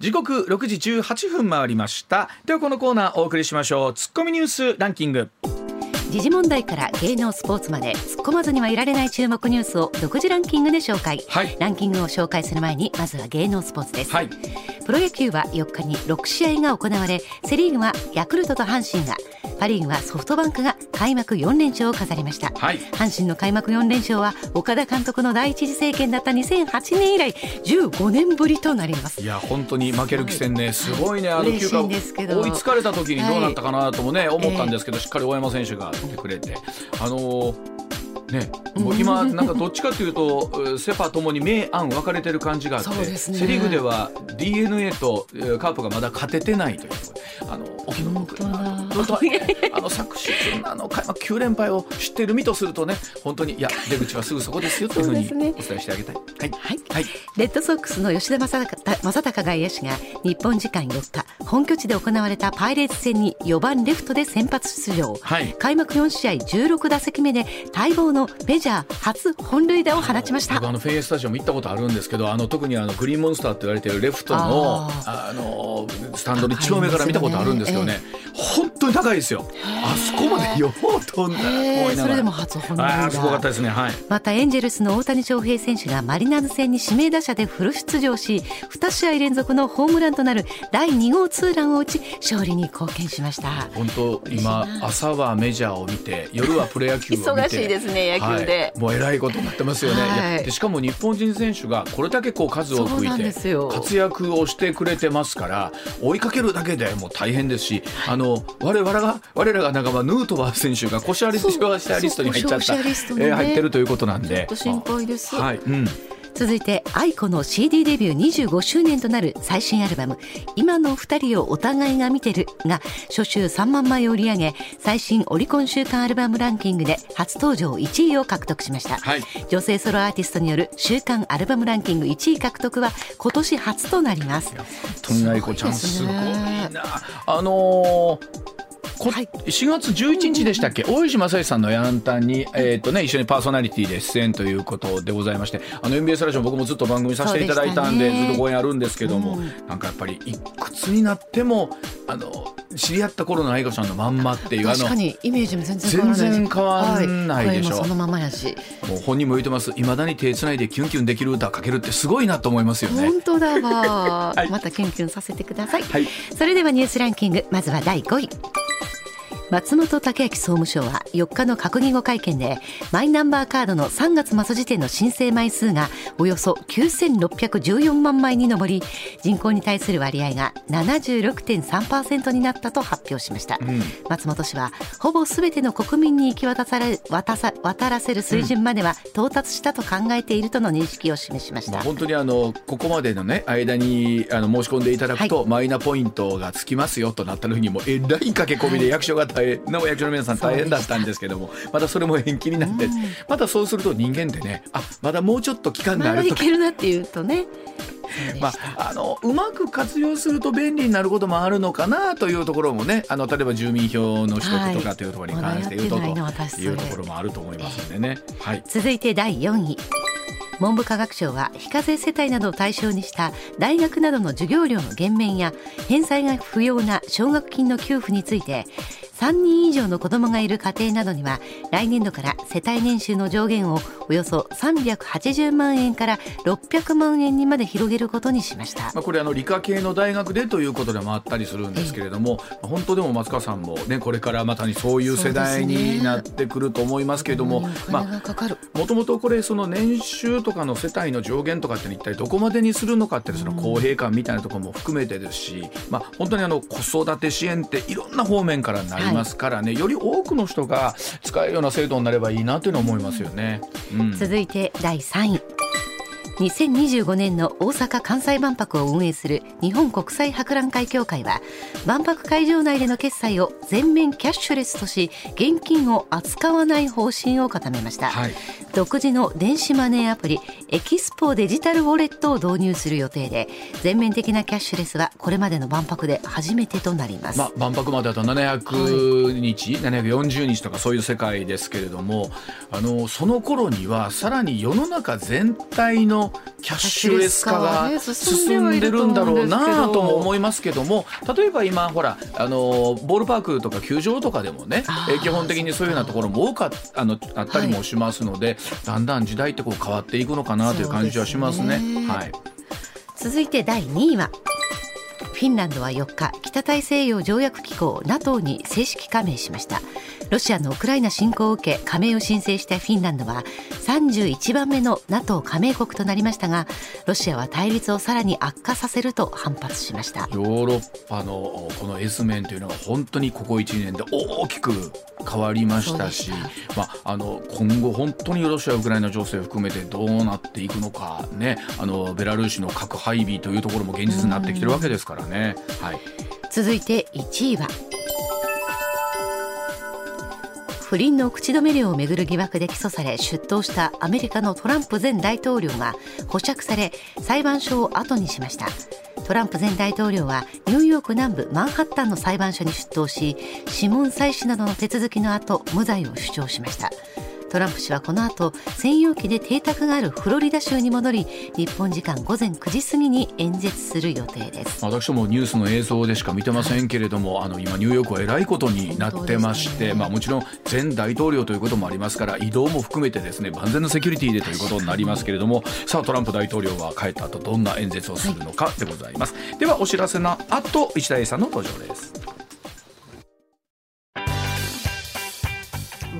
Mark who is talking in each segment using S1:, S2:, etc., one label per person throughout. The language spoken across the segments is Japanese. S1: 時刻6時18分回りましたではこのコーナーお送りしましょうツッコミニュースランキング
S2: 時事問題から芸能スポーツまで突っ込まずにはいられない注目ニュースを独自ランキングで紹介、
S1: はい
S2: ランキングを紹介する前にまずは芸能スポーツです、
S1: はい
S2: プロ野球は4日に6試合が行われセ・リーグはヤクルトと阪神がパ・リーグはソフトバンクが開幕4連勝を飾りました、
S1: はい
S2: 阪神の開幕4連勝は岡田監督の第一次政権だった2008年以来15年ぶりとなります
S1: いや本当に負ける気戦 ねすごいねあの
S2: 嬉
S1: 休
S2: し
S1: 暇
S2: い
S1: を
S2: んですけど
S1: 追いつかれた時にどうなったかなともね思ったんですけどしっかり大山選手が出てくれてあのーね、もう今なんかどっちかというとうセ・パともに明暗分かれてる感じがあって、
S2: そうですね
S1: セ・リーグでは d n a とえーカープがまだ勝ててないというあのお気の毒な
S2: 本当だ
S1: 本当はねあの昨シーズンのあの開幕9連敗を知ってる身とするとね本当にいや出口はすぐそこですよというふうに
S2: そ
S1: お
S2: うですね
S1: 伝えしてあげたい。はい、
S2: はい
S1: はい
S2: レッドソックスの吉田正尚正尚外野手が日本時間4日本拠地で行われたパイレーツ戦に4番レフトで先発出場、
S1: はい
S2: 開幕4試合16打席目で待望のメジャー初本塁打を放ちました
S1: 僕あのフェイエスタジアム行ったことあるんですけどあの特にあのグリーンモンスターって言われてるレフトの
S2: あ
S1: あのスタンドの一丁目から見たことあるんですけどね、
S2: 高
S1: 本当に高いですよあそこまでよう飛んだなと
S2: へ
S1: 思
S2: ー
S1: いな
S2: それ
S1: が
S2: でも
S1: ら
S2: 初本塁
S1: あーすごかった
S2: 打
S1: ですねはい
S2: またエンジェルスの大谷翔平選手がマリナーズ戦に指名打者でフル出場し2試合連続のホームランとなる第2号ツーランを打ち勝利に貢献しました
S1: 本当今朝はメジャーを見て夜はプロ野球を見て
S2: 忙しいですね野球で
S1: はい、もうえらいことになってますよね、
S2: はい
S1: いやでしかも日本人選手がこれだけこう数多
S2: そう
S1: くい
S2: なんで
S1: て
S2: すよ
S1: 活躍をしてくれてますから追いかけるだけでもう大変ですしあの我々が我らが仲間ヌートバー選手が故障
S2: そう
S1: したリストに入っちゃった、
S2: そう故障者リストにね
S1: えー入ってるということなんで
S2: ちょっと心配です
S1: はいうん、
S2: 続いて aiko の CD デビュー25周年となる最新アルバム「今の二人をお互いが見てる」が初週3万枚を売り上げ最新オリコン週間アルバムランキングで初登場1位を獲得しました、
S1: はい
S2: 女性ソロアーティストによる週間アルバムランキング1位獲得は今年初となります
S1: トミアイコちゃんす
S2: す
S1: ご
S2: ご
S1: い
S2: いですね
S1: なあのーこ
S2: はい
S1: 4月11日でしたっけ、大石正義さんのヤンタンに、えーっとね、一緒にパーソナリティで出演ということでございましてあの MBS ラジオ僕もずっと番組させていただいたんで
S2: そうでしたね
S1: ずっとご縁あるんですけども、
S2: うん
S1: なんかやっぱりいくつになってもあの知り合った頃の愛子ちゃんのまんまっていうあの
S3: 確かにイメージも全然変わらない
S1: 全然変わんないでしょ
S3: はい声もそのままやし
S1: もう本人も言ってますいまだに手つないでキュンキュンできる歌かけるってすごいなと思いますよね。
S3: 本当だわ、
S1: はい
S3: またキュンキュンさせてください、
S1: はい
S2: それではニュースランキングまずは第5位松本剛明総務省は4日の閣議後会見でマイナンバーカードの3月末時点の申請枚数がおよそ9614万枚に上り人口に対する割合が76.3%になったと発表しました、
S1: うん
S2: 松本氏はほぼ全ての国民に行き渡され渡さ渡らせる水準までは到達したと考えているとの認識を示しました、
S1: まあ、本当にあのここまでのね間にあの申し込んでいただくと、マイナポイントがつきますよとなった時にもうえらい駆け込みで役所が大変、なお役所の皆さん大変だったんですけどもまたそれも延期になって、またそうすると人間ってねあまだもうちょっと期間が
S3: ま
S1: あ
S3: だ
S1: る
S3: い
S1: とか
S3: け。るなっていうとね
S1: まあ、あのうまく活用すると便利になることもあるのかなというところもねあの例えば住民票の取得とかというところに関して言うと、
S3: はいまだやってないな私
S1: と
S3: そ
S1: い
S3: れ
S1: うところもあると思いますんでね。はい
S2: 続いて第4位文部科学省は非課税世帯などを対象にした大学などの授業料の減免や返済が不要な奨学金の給付について3人以上の子供がいる家庭などには来年度から世帯年収の上限をおよそ380万円から600万円にまで広げることにしました
S1: まあ、これあの理科系の大学でということでもあったりするんですけれども、本当でも松川さんも、ね、これからまたにそういう世代になってくると思いますけれども、
S3: お金
S1: まあ
S3: がかかる、
S1: もともとこれその年収とかの世帯の上限とかって一体どこまでにするのかっていうその公平感みたいなところも含めてですし、まあ、本当にあの子育て支援っていろんな方面からなりますからね、より多くの人が使えるような制度になればいいなというのは思いますよね。うん
S2: 続いて第3位2025年の大阪・関西万博を運営する日本国際博覧会協会は万博会場内での決済を全面キャッシュレスとし現金を扱わない方針を固めました、
S1: はい
S2: 独自の電子マネーアプリエキスポデジタルウォレットを導入する予定で全面的なキャッシュレスはこれまでの万博で初めてとなります、
S1: まあ、万博まであと700日、740日とかそういう世界ですけれどもあのその頃にはさらに世の中全体ののキャッシュレス化が
S3: キャッシュレス化はね進
S1: 進
S3: ん
S1: ん
S3: で
S1: で
S3: る
S1: る
S3: ん
S1: ん
S3: だ
S1: だ
S3: ろ
S1: ろ
S3: う
S1: う
S3: な
S1: な
S3: と
S1: と
S3: も
S1: も
S3: 思
S1: 思いますけども例えば今ほらあのボールパークとか球場とかでもね
S3: あー
S1: えー基本的にそういうようなところも多かっあのあったりもしますので、だんだん時代ってこう変わっていくのかなという感じはしますね。
S3: そうですね
S1: はい
S2: 続いて第2位はフィンランドは4日北大西洋条約機構 NATO に正式加盟しましたロシアのウクライナ侵攻を受け加盟を申請したフィンランドは31番目の NATO 加盟国となりましたがロシアは対立をさらに悪化させると反発しました
S1: ヨーロッパのこの S 面というのが本当にここ1年で大きく変わりましたし
S3: そうで
S1: まあ、あの今後、本当にロシア・ウクライナ情勢を含めてどうなっていくのか、ね、あのベラルーシの核配備というところも現実になってきてるわけですからね。はい、
S2: 続いて1位は不倫の口止め料をめぐる疑惑で起訴され出頭したアメリカのトランプ前大統領が保釈され裁判所を後にしましたトランプ前大統領はニューヨーク南部マンハッタンの裁判所に出頭し指紋採取などの手続きの後無罪を主張しましたトランプ氏はこの後専用機で邸宅があるフロリダ州に戻り日本時間午前9時過ぎに演説する予定です
S1: 私どもニュースの映像でしか見てませんけれども、あの今、ニューヨークはえらいことになってまし
S3: 本当
S1: て、
S3: ですね
S1: まあ、もちろん前大統領ということもありますから、移動も含めてですね万全のセキュリティでということになりますけれども、さあ、トランプ大統領は帰った後どんな演説をするのかでございます。では、お知らせの後石田英さんの登場です。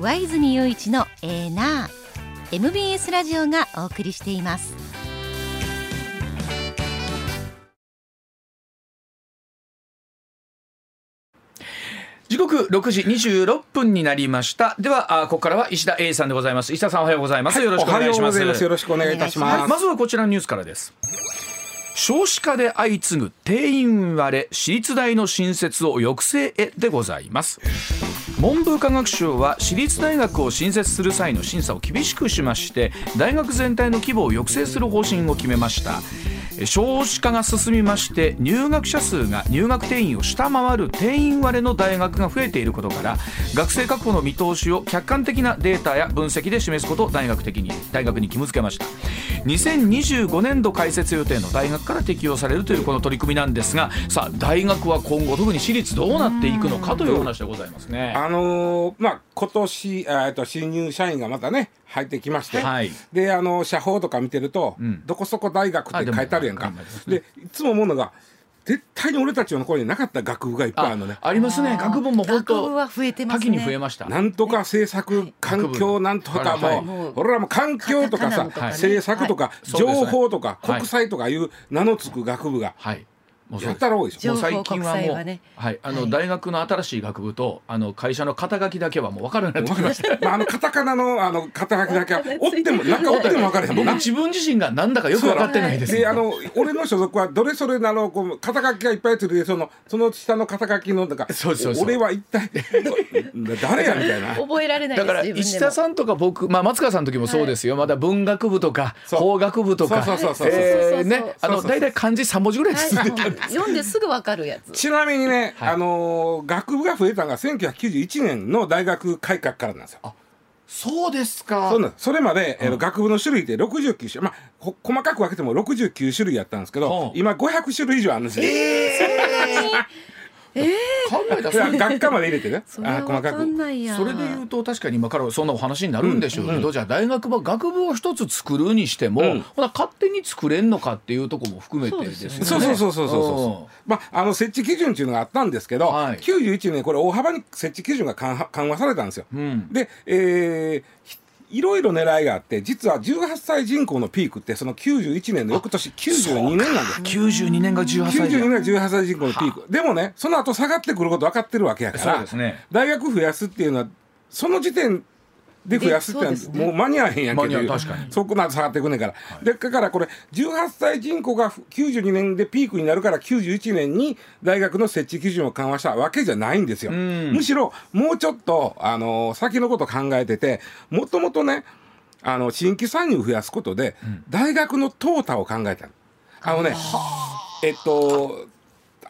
S2: 上泉雄一のエーナー MBS ラジオがお送りしてい ます
S1: 時刻6時26分になりました。では、あここからは石田英さんでございます。石田さんおはようございます。よろしくお願いします。
S4: おはようございます。よろしくお願いいたします。
S1: はい、まずはこちらのニュースからです少子化で相次ぐ定員割れ私立大の新設を抑制へでございます文部科学省は私立大学を新設する際の審査を厳しくしまして大学全体の規模を抑制する方針を決めましたえ少子化が進みまして入学者数が入学定員を下回る定員割れの大学が増えていることから学生確保の見通しを客観的なデータや分析で示すことを大学的に大学に義務付けました2025年度開設予定の大学から適用されるというこの取り組みなんですがさあ大学は今後特に私立どうなっていくのかというお話でございますね。
S4: あのーまあ今年あえっと新入社員がまたね入ってきまして、
S1: はい
S4: であの社報とか見てると、
S1: ん
S4: どこそこ大学って書いてあるやん
S1: あ
S4: か
S1: でも。
S4: でいつも思うのが絶対に俺たちの頃になかった学部がいっぱいあるのね。
S1: ありますね学部も本
S2: 学部
S1: 当
S2: は増えてますね
S1: 多岐に増えました
S4: なんとか政策環境なんとか
S1: はい
S4: もう俺らも環境とかさ
S3: カタカナとかね
S4: 政策とか
S1: いそうですね
S4: 情報とか
S1: はい
S4: 国際とかいう名の付く学部が
S1: はいもうそう
S4: や
S1: で
S4: っ
S1: す
S4: たら多いでしょ
S1: もう最近は
S2: 情報国際
S1: もう
S2: はね
S1: はい、あの、
S2: はい
S1: 大学の新しい学部とあの会社の肩書きだけはもう分からないと思いました。
S4: まあ、あのカタカナのあの肩書きだけは折ってもなんか折って も分からへんもん
S1: 僕
S4: な。
S1: 自分自身がなんだかよく分かってないです。
S4: であの俺の所属はどれそれなのこう肩書きがいっぱいついててそのその下の肩書きのなんか
S1: そうそうそう
S4: 俺は一体 誰やみた いな。
S3: 覚えられないで
S1: だ
S3: す
S1: から
S3: 自分でも
S1: 石田さんとか僕、まあ、松川さんの時もそうですよ、まだ文学部とか
S4: そう
S1: 法学部とか
S4: そうそうそうそう
S1: えー
S3: そうそうそう
S1: ねあ
S4: そう
S1: の
S4: そうそう
S1: 大体漢字3文字ぐらい進んでたんで
S3: はい、読んですぐわかるやつ
S4: ちなみにね、
S1: はい
S4: あのー学部が増えたのが1991年の大学改革からなんですよ。
S1: そうですか
S4: そうなんですそれまで、えー学部の種類って69種類、まあ、ほ細かく分けても69種類やったんですけど、
S1: うん
S4: 今500種類以上あるんですよ。
S1: 考えたら
S4: そ
S1: そ
S4: れ
S1: れ
S4: は学科まで入れて ね
S3: それはわかんないや
S1: それで言うと確かに今からそんなお話になるんでしょうけど、じゃあ大学は学部を一つ作るにしても、
S4: うん
S1: ほな勝手に作れんのかっていうところも含めてですよね。
S4: そうそうそうそうそうそう
S1: うん
S4: まあ、あの設置基準っていうのがあったんですけど、
S1: はい
S4: 91年これ大幅に設置基準が緩和緩和されたんですよ。
S1: ん
S4: で、えーひいろいろ狙いがあって実は18歳人口のピークってその91年の翌年92年なんです。
S1: 92年が18歳じゃ
S4: 92年が18歳人口のピークでもねその後下がってくること分かってるわけやか
S1: そう
S4: ら
S1: ですね
S4: 大学増やすっていうのはその時点で増やすってのは
S3: でそうですね
S4: もう間に合わへんやんけど
S1: 間に合わ確かに
S4: そこまで下がってくんねんから、でだからこれ18歳人口が92年でピークになるから91年に大学の設置基準を緩和したわけじゃないんですよ、むしろもうちょっと、あのー先のこと考えててもともとねあの新規参入を増やすことで、大学の淘汰を考えたのあのねえっと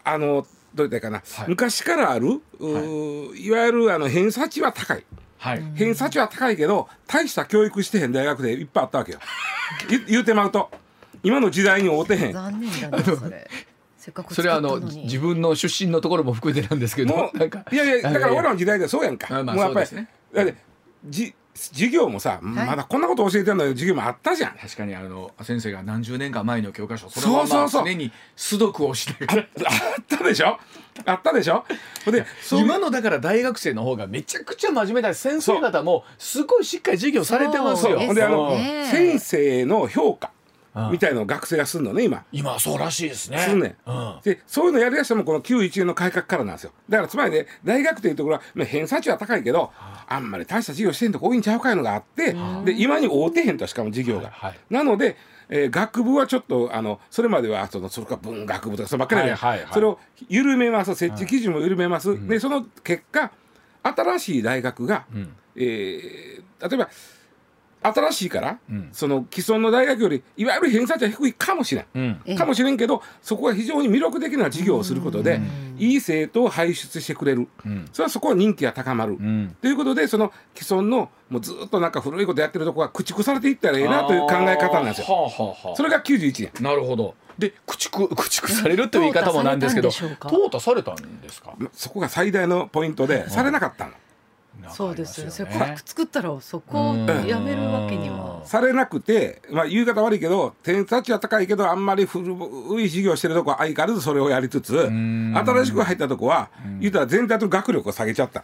S4: あのどう言ったらいいかな、
S1: はい
S4: 昔からあるうー、い、わゆるあの偏差値は高い
S1: はい。
S4: 偏差値は高いけど大した教育してへん大学でいっぱいあったわけよ 言言うてまうと今の時代に合う てへん
S3: 残念だねそれせっかく
S1: そ
S3: 使っ
S1: れは
S3: た
S1: あ
S3: の
S1: の
S3: に
S1: 自分の出身のところも含めてなんですけど
S4: も
S1: なんか
S4: ういやいやだから俺らの時代ではそうやん
S1: あ
S4: か、
S1: まあ
S4: もうやっぱり
S1: そうですね
S4: だってじ授業もさ、まだこんなこと教えてんのよ授業もあったじゃん
S1: 確かにあの先生が何十年か前の教科書そ
S4: そうそうそう
S1: のまま常に素読をしながら
S4: あったでしょあったでしょほんでそう
S1: 今のだから大学生の方がめちゃくちゃ真面目だし先生方もすごいしっかり授業されてますよ
S3: そう
S4: ほんであの、
S3: ですね
S4: 先生の評価
S1: うん
S4: みたいのを学生がするのね今
S1: 今はそうらしいですね
S4: すんねん
S1: うん
S4: でそういうのやりだしたのもこの91年の改革からなんですよだからつまりね大学というところはまあ偏差値は高いけどあんまり大した授業してんとこ多いんちゃうかいうのがあってで今に合うてへんとしかも授業が、
S1: はいはい
S4: なので、えー学部はちょっとあのそれまではそのそれか文学部とかそればっかりやん
S1: はいはいはい
S4: それを緩めます設置基準も緩めます、でその結果新しい大学が、
S1: うん
S4: えー例えば新しいから、
S1: うん
S4: その既存の大学よりいわゆる偏差値は低いかもしれん、
S1: うん
S3: ええ
S4: かもしれんけどそこが非常に魅力的な授業をすることでいい生徒を輩出してくれる、
S1: うん
S4: それはそこは認知が高ま
S1: う
S4: る、
S1: ん
S4: ということでその既存のもうずっとなんか古いことやってるとこが駆逐されていったらええなという考え方なんですよ。
S1: はあはあはあ
S4: それが91年
S1: なるほどで駆逐駆逐されるという言い方もなんですけど
S3: 淘汰されたんでし
S1: 淘汰され
S3: ょうか
S1: たんですか
S4: まそこが最大のポイントでされなかったの、
S3: そうですよねせっ
S1: なんかあり
S3: か
S1: ま
S3: く
S1: す
S3: 作ったらそこをやめるわけには
S4: されなくて、まあ、言い方悪いけど偏差値は高いけどあんまり古い授業してるとこは相変わらずそれをやりつつ
S1: ん
S4: 新しく入ったとこは言うたら全体の学力を下げちゃった、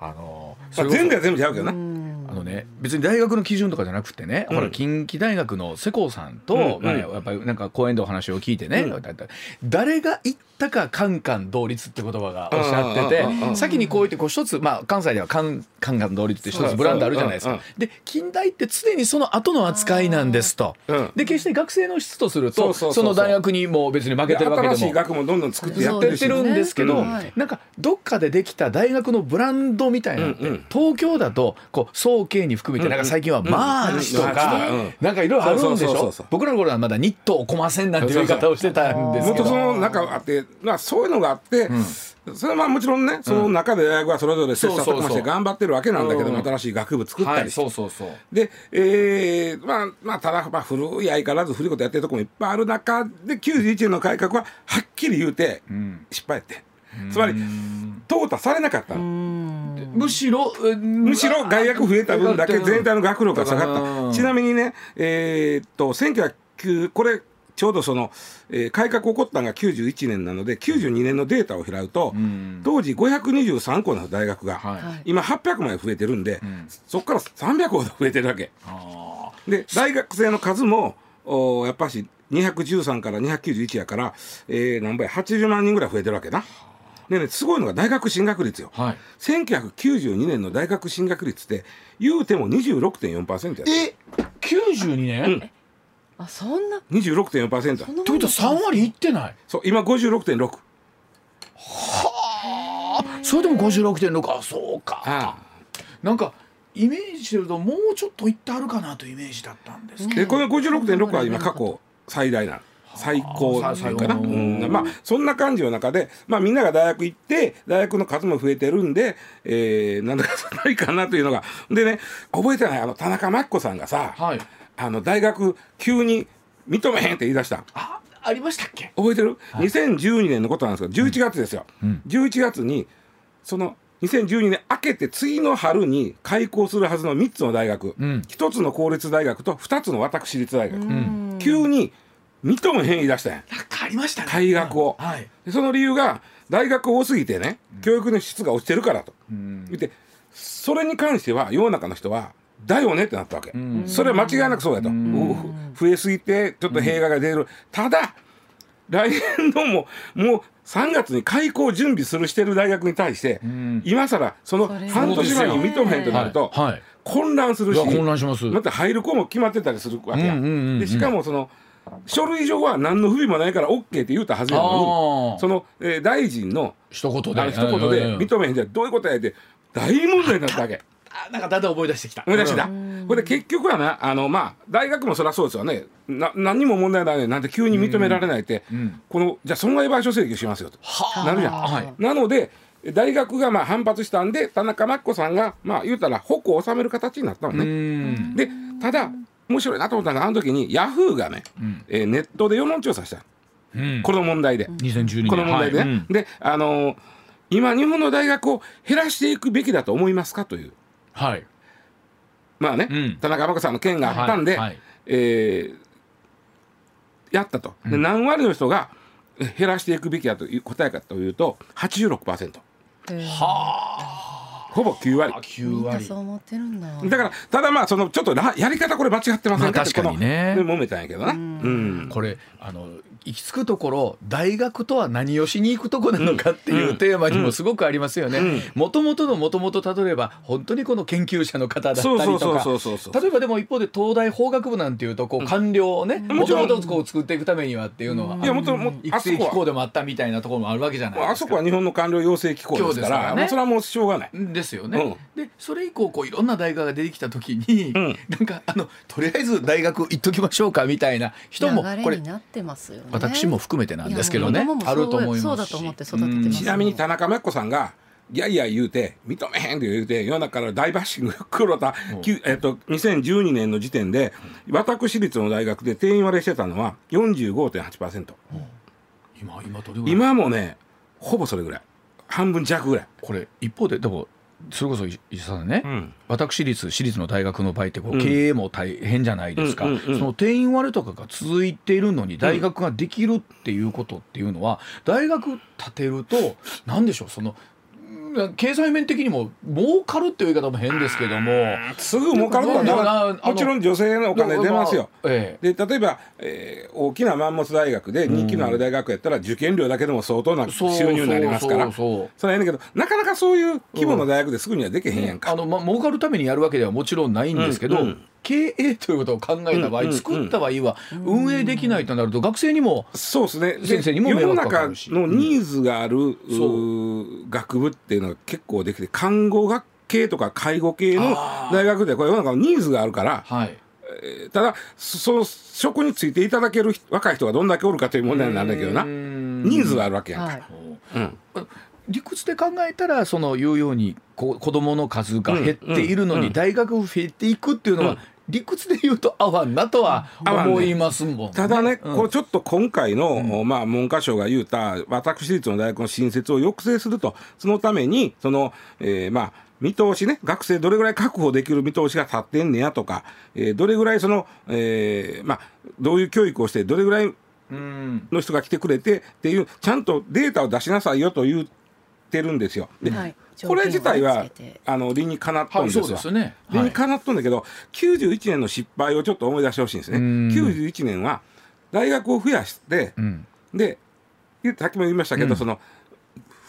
S1: あのー
S4: まあ、全部は全部ちゃうけどな、
S1: あのね別に大学の基準とかじゃなくてね、
S4: ん
S1: ほら近畿大学の世耕さんと、
S4: うん
S1: まあやっぱりなんか講演でお話を聞いてね、
S4: うん
S1: だいたい誰が言ったかカンカン同率って言葉がおっしゃって
S4: うんうんうんう
S1: て
S4: ん
S1: 先にこう言ってこう一つ、まあ、関西ではカンカンカン同率って一つブランドあるじゃないです
S4: そう
S1: か
S4: そう。
S1: で近代って常にその後の扱いなんですと
S4: うん。
S1: で決して学生の質とする
S4: そ
S1: と
S4: うそうそ
S1: そ
S4: うそう
S1: の大学にもう別に負け
S4: で
S1: てるわけでも
S4: 新しい学もどんどん作ってや
S1: や
S4: っ
S1: ってて
S4: るし、
S1: るんですけど、
S4: うん
S1: なんかどっかでできた大学のブランドみたいなのって、
S4: うんうん
S1: 東京だとこう総慶に含めてなんか最近はマーチとか、
S4: うんうん
S1: なんかいろいろあるんでし
S4: そうそうそう
S1: ょ
S4: そう
S1: 僕らの頃はまだニットをこませんなんていう言い方をしてたんです
S4: もっ
S1: け
S4: とそ
S1: ど。
S4: の中があって、まあ、そういうのがあって、それはまあもちろんねその中で大学はそれぞれ切磋琢
S1: そう
S4: 磨
S1: そう
S4: し
S1: そう
S4: て頑張ってるわけなんだけど
S1: うん
S4: も新しい学部作っ
S1: は
S4: た
S1: い、
S4: りして、
S1: そうそうそう。
S4: で、えーまあまあ、ただ、まあ、古い相変わらず古いことやってるとこもいっぱいある中で91年の改革ははっきり言うて、失敗やってつまり淘汰されなかったの
S1: むしろ、うん
S4: むしろ外役増えた分だけ全体の学力が下
S1: う
S4: が
S1: ん
S4: った。ちなみにね、えーっと、1909、これ、ちょうどその、えー改革起こったのが91年なので、92年のデータを開うと、当時523校の大学が、
S1: はい
S4: 今800まで増えてるんで、そこから300ほど増えてるわけ。
S1: あ
S4: で、大学生の数も、おーやっぱし213から291やから、えー何倍、80万人ぐらい増えてるわけな。でね、すごいのが大学進学率よ。
S1: ーはい。
S4: 1992年の大学進学率って言うても26.4%やで
S1: え、九十二年、
S4: うん
S1: って
S3: あそんな
S4: 26.4%
S3: そんなもん
S1: ことは三割いってない。
S4: そう今56.6
S1: それでも五十六点六、あ、そうか。
S4: あ
S1: なんかイメージしてるともうちょっといってあるかなというイメージだったんですけど、
S4: でこの56.6は今過去最大なの最高
S1: はあ
S4: というかな、
S1: 最高
S4: うんまあそんな感じの中で、まあ、みんなが大学行って大学の数も増えてるんで、えー、なんだかそんないかなというのがでね覚えてないあの田中真紀子さんがさ、
S1: はい
S4: あの大学急に認めへんって言い出した
S1: あありましたっけ
S4: 覚えてる、2012年のことなんですけど11月ですよ、11月にその2012年明けて次の春に開校するはずの3つの大学、
S1: ん
S4: 1つの公立大学と2つの私立大学、急に認めへん言い出したやん
S1: なんかありましたね
S4: 退学を、
S1: はい
S4: でその理由が大学多すぎてね教育の質が落ちてるからと、言ってそれに関しては世の中の人は「だよね」ってなったわけ、それは間違いなくそうやと、ふ増えすぎてちょっと弊害が出る、ただ来年のももう3月に開校準備するしてる大学に対して、今更その
S3: それは
S4: 半年前に認めへんとなると、
S1: はいはい
S4: 混乱するし
S1: いや混乱します
S4: また入る子も決まってたりするわけや、
S1: うんうんうんうん
S4: でしかもその書類上は何の不備もないから OK って言うたはずやの
S1: あー
S4: にその、えー大臣の
S1: 一言で
S4: あの一言で認めへんじゃどういうことやって大問題になったわけ。
S1: あなんかだんだん思い出してきた
S4: 思い出した。これで結局はな、あの、まあ、大学もそりゃそうですよね。な、何にも問題ないのになんて急に認められないって、この、じゃあ損害賠償請求しますよと。なるじゃん。
S1: はい
S4: なので、大学がまあ反発したんで、田中真紀子さんが、まあ、言うたら、矛を収める形になったのね。で、ただ、面白いなと思ったのがあの時にヤフーがね、
S1: うん
S4: えーネットで世論調査した
S1: うん
S4: この問題で、
S1: 2012年
S4: この問題でね、
S1: はいうん
S4: であのー今日本の大学を減らしていくべきだと思いますかという
S1: はい
S4: まあね、
S1: うん
S4: 田中眞子さんの件があったんで、
S1: はいはい
S4: えーやったと、で何割の人がえ減らしていくべきだという答えかというと86%
S3: えー
S4: ほぼ9割
S1: あ
S3: み
S1: 9
S3: んな
S1: 割
S3: そう思ってるんだ。
S4: だからただまあそのちょっとらやり方これ間違ってません
S1: ま
S4: か
S1: あ
S4: って
S1: 確かにね
S4: この揉めたんやけどな、うん
S1: これあの行き着くところ大学とは何をしに行くとこなのかっていうテーマにもすごくありますよね
S4: うん。
S1: もともとのもともと例えば本当にこの研究者の方だった
S4: そうそ
S1: り
S4: うそうそ
S1: と
S4: うそうそう
S1: か例えばでも一方で東大法学部なんていうとこう官僚をねも
S4: もち
S1: と
S4: ろ
S1: も
S4: ん
S1: とこう作っていくためにはっていうのはい
S4: やもっともっと
S1: 育
S4: あそ
S1: 成
S4: こ
S1: 機
S4: は
S1: 構でもあったみたいなところもあるわけじゃないですか。
S4: あそこは日本の官僚養成機構です
S1: 今日です
S4: から
S1: からね
S4: もうそれはもうしょうがない。
S1: ですよね、でそれ以降こういろんな大学が出てきた時に、
S4: うん
S1: なんかあのとりあえず大学行っときましょうかみたいな人も
S3: 流
S1: こ
S3: れ
S1: れ
S3: になってますよね。
S1: 私も含めてなんですけど
S3: いや
S1: ね
S3: もう子供もそう
S1: あると思いますし
S3: そうだと思って育ててます
S1: うん
S4: ちなみに田中真紀子さんがいやいや言うて認めへんって言うて世の中から大バッシング黒田、きゅえっと、2012年の時点で私立の大学で定員割れしてたのは45.8%
S1: 今今どれぐらい
S4: 今もねほぼそれぐらい半分弱ぐらい、
S1: これ一方ででもそれこそ石田さんね、
S4: うん
S1: 私立私立の大学の場合ってこ
S4: う
S1: うん経営も大変じゃないですか、
S4: うんうんうん
S1: その定員割れとかが続いているのに大学ができるっていうことっていうのは大学建てると何でしょうそのうん経済面的にも儲かるっていう言い方も変ですけども
S4: すぐ儲かるとは
S1: でもな
S4: な
S1: あの
S4: もちろん女性のお金出ますよ。
S1: あええ
S4: で例えば、えー大きなマンモス大学で人気のある大学やったら受験料だけでも相当な収入になりますから
S1: そうそうそう
S4: それはええねんけどなかなかそういう規模の大学ですぐにはできへんやんか
S1: あ。のま儲かるためにやるわけではもちろんないんですけど、
S4: うんうん
S1: 経営ということを考えた場合、
S4: うんうんうん
S1: 作った場合は運営できないとなると学生にも
S4: そうですねで
S1: 先生にも迷
S4: 世の
S1: 惑かか
S4: 中
S1: るし
S4: のニーズがある、
S1: そう
S4: うー学部っていうのが結構できて看護学系とか介護系の
S1: あー
S4: 大学でこれ世の中のニーズがあるから
S1: はい
S4: えーただそその職についていただける人若い人がどんだけおるかという問題になるんだけど
S1: う
S4: な
S1: ー
S4: ニ
S1: ん
S4: ーズがあるわけやんか、
S3: はい。
S4: うん
S1: 理屈で考えたらその言うようにこ子どもの数が減っているの
S4: うんう
S1: に
S4: ん
S1: 大学が減っていくっていうのは、
S4: うん
S1: 理屈で言うと合わんなとは
S4: 合わんね
S1: 思いますもんね、
S4: ただね、
S1: うん
S4: こうちょっと今回の、まあ、文科省が言うた私立の大学の新設を抑制するとそのためにその、えーまあ見通しね学生どれぐらい確保できる見通しが立ってんねやとか、えーどれぐらいその、えーまあ、どういう教育をしてどれぐらい
S1: うん
S4: の人が来てくれてっていうちゃんとデータを出しなさいよと言ってるんですよ。で
S3: はい
S4: これ自体は
S3: 条件をつけて
S4: あの理にかなっと
S1: は
S4: んで
S1: い、そ
S4: すよ。
S1: うですね、
S4: 理
S1: はい
S4: にかなっとんだけど、91年の失敗をちょっと思い出してほしいんですね。
S1: うん
S4: 91年は大学を増やして、
S1: うん
S4: でさっきも言いましたけど、
S1: うん
S4: その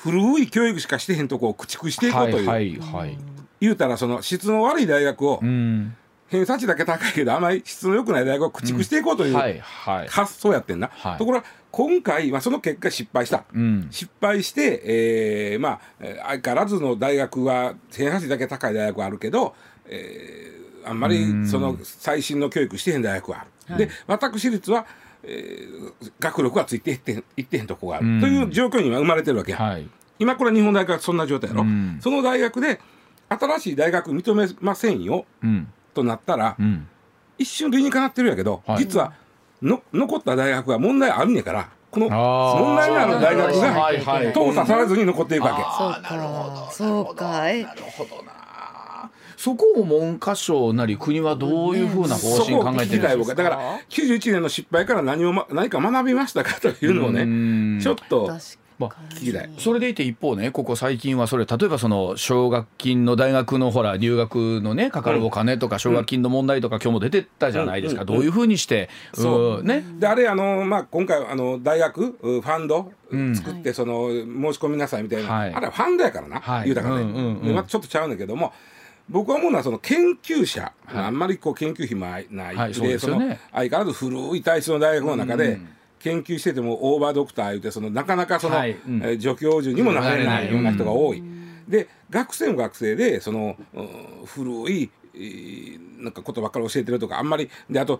S4: 古い教育しかしてへんとこを駆逐していこう
S1: は
S4: という、
S1: いはいはい、
S4: 言うたらその質の悪い大学を、
S1: うん、
S4: 偏差値だけ高いけどあまり質の良くない大学を駆逐していこうという、
S1: はいはい、
S4: 発想やってんな、
S1: はい
S4: ところが今回、まあ、その結果失敗した。
S1: うん、
S4: 失敗して、えーまあ、えー相変わらずの大学は偏差値だけ高い大学はあるけど、えーあんまりその最新の教育してへん大学はある。で私立は、えー学力はついていってへんいってへんとこがある、
S1: うん
S4: という状況に今生まれてるわけや、
S1: はい、
S4: 今これ日本大学はそんな状態やろ、
S1: うん
S4: その大学で新しい大学認めませんよ
S1: うん、
S4: となったら、
S1: うん、
S4: 一瞬理にかなってるやけど、
S1: はい
S4: 実はの残った大学は問題あるんやからこの
S1: あー
S4: 問題のある大学が
S1: はいはい
S4: 淘汰されずに残っていくわけ。
S3: そう
S1: あーなる
S3: か。
S1: ほ
S3: そ
S1: ど
S3: うか。え
S1: なるほどなそこを文科省なり国はどういうふうな方
S4: そ
S1: 針
S4: こ
S1: 考
S4: を
S1: えて
S4: 聞き
S1: るんで
S4: たい
S1: す
S4: 僕
S1: か
S4: はだから91年の失敗から何を、ま、何か学びましたかというのを
S1: う
S4: ね
S1: ん
S4: ちょっと
S3: 確
S1: まあ
S3: か
S4: 聞
S3: に。
S4: きたい
S1: それでいて一方ねここ最近はそれ例えばその奨学金の大学のほら入学のねかかるお金とか奨学金の問題とか今日も出てったじゃないですか
S4: うん
S1: どういうふうにして
S4: そ
S1: うんね
S4: であれあの、まあ、今回あの大学うファンド
S1: うん
S4: 作ってその申し込みなさいみたいな、
S1: はい
S4: あれはファンドやからな、
S1: はい
S4: 言うたからね、
S1: うんうんうん
S4: でまたちょっとちゃうんだけども僕は思うのはその研究者、あんまりこう研究費もない、
S1: はいそうですよね
S4: の相変わらず古い体質の大学の中で。
S1: うん
S4: 研究しててもオーバードクター言うてそのなかなかその、
S1: はいうん
S4: えー助教授にもなれないような人が多い。で学生も学生でその、うん古い、えーなんかことばっかり教えてるとかあんまりであと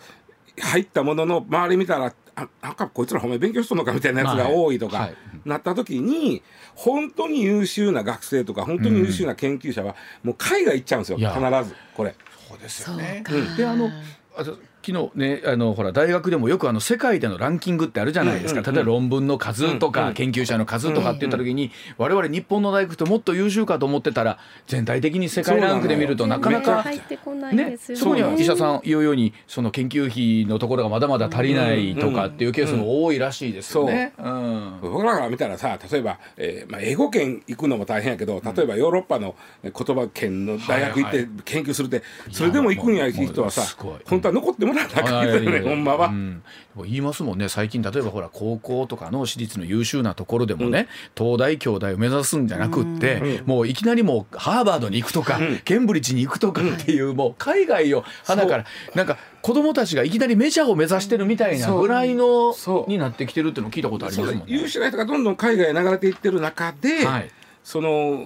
S4: 入ったものの周り見たらあなんかこいつらほんまに勉強しとんのかみたいなやつが多いとか、
S1: はいはい
S4: なった時に本当に優秀な学生とか本当に優秀な研究者はもう海外行っちゃうんですよ
S1: いや
S4: 必ずこれ。
S1: そうです
S3: そう
S1: よね
S3: か。
S1: であのあと昨日ねあのほら大学でもよくあの世界でのランキングってあるじゃないですか、例えば論文の数とか、研究者の数とかって言った時に、我々日本の大学ってもっと優秀かと思ってたら全体的に世界ランクで見るとなかなか
S3: 入ってこない
S1: ね、
S3: ですよね。
S1: そこには医者
S3: ん。
S1: さん言うようにその研究費のところがまだまだ足りないとかっていうケースも多いらしいですよね。うん
S4: 僕らから見たらさ例えば、えーまあ、英語圏行くのも大変やけど例えばヨーロッパの言葉圏の大学行っ
S1: はい
S4: て研究するって、それでも行くんや
S1: い
S4: い
S1: やもう
S4: う人はさ
S1: もうすごい
S4: 本当は残ってもらわなあかん
S1: あ
S4: け
S1: いや
S4: ど
S1: いや
S4: ね
S1: いや
S4: ほんまは。
S1: うん言いますもんね最近例えばほら高校とかの私立の優秀なところでもね、東大京大を目指すんじゃなくって、もういきなりもうハーバードに行くとか、ケンブリッジに行くとかっていう、もう海外を花からなんか子供たちがいきなりメジャーを目指してるみたいなぐらいの
S4: そう
S1: になってきてるっていうのを聞いたことあり
S4: そ
S1: ま
S4: う
S1: す
S4: だ
S1: もんね。
S4: 優秀な人がどんどん海外へ流れていってる中で、
S1: はい
S4: その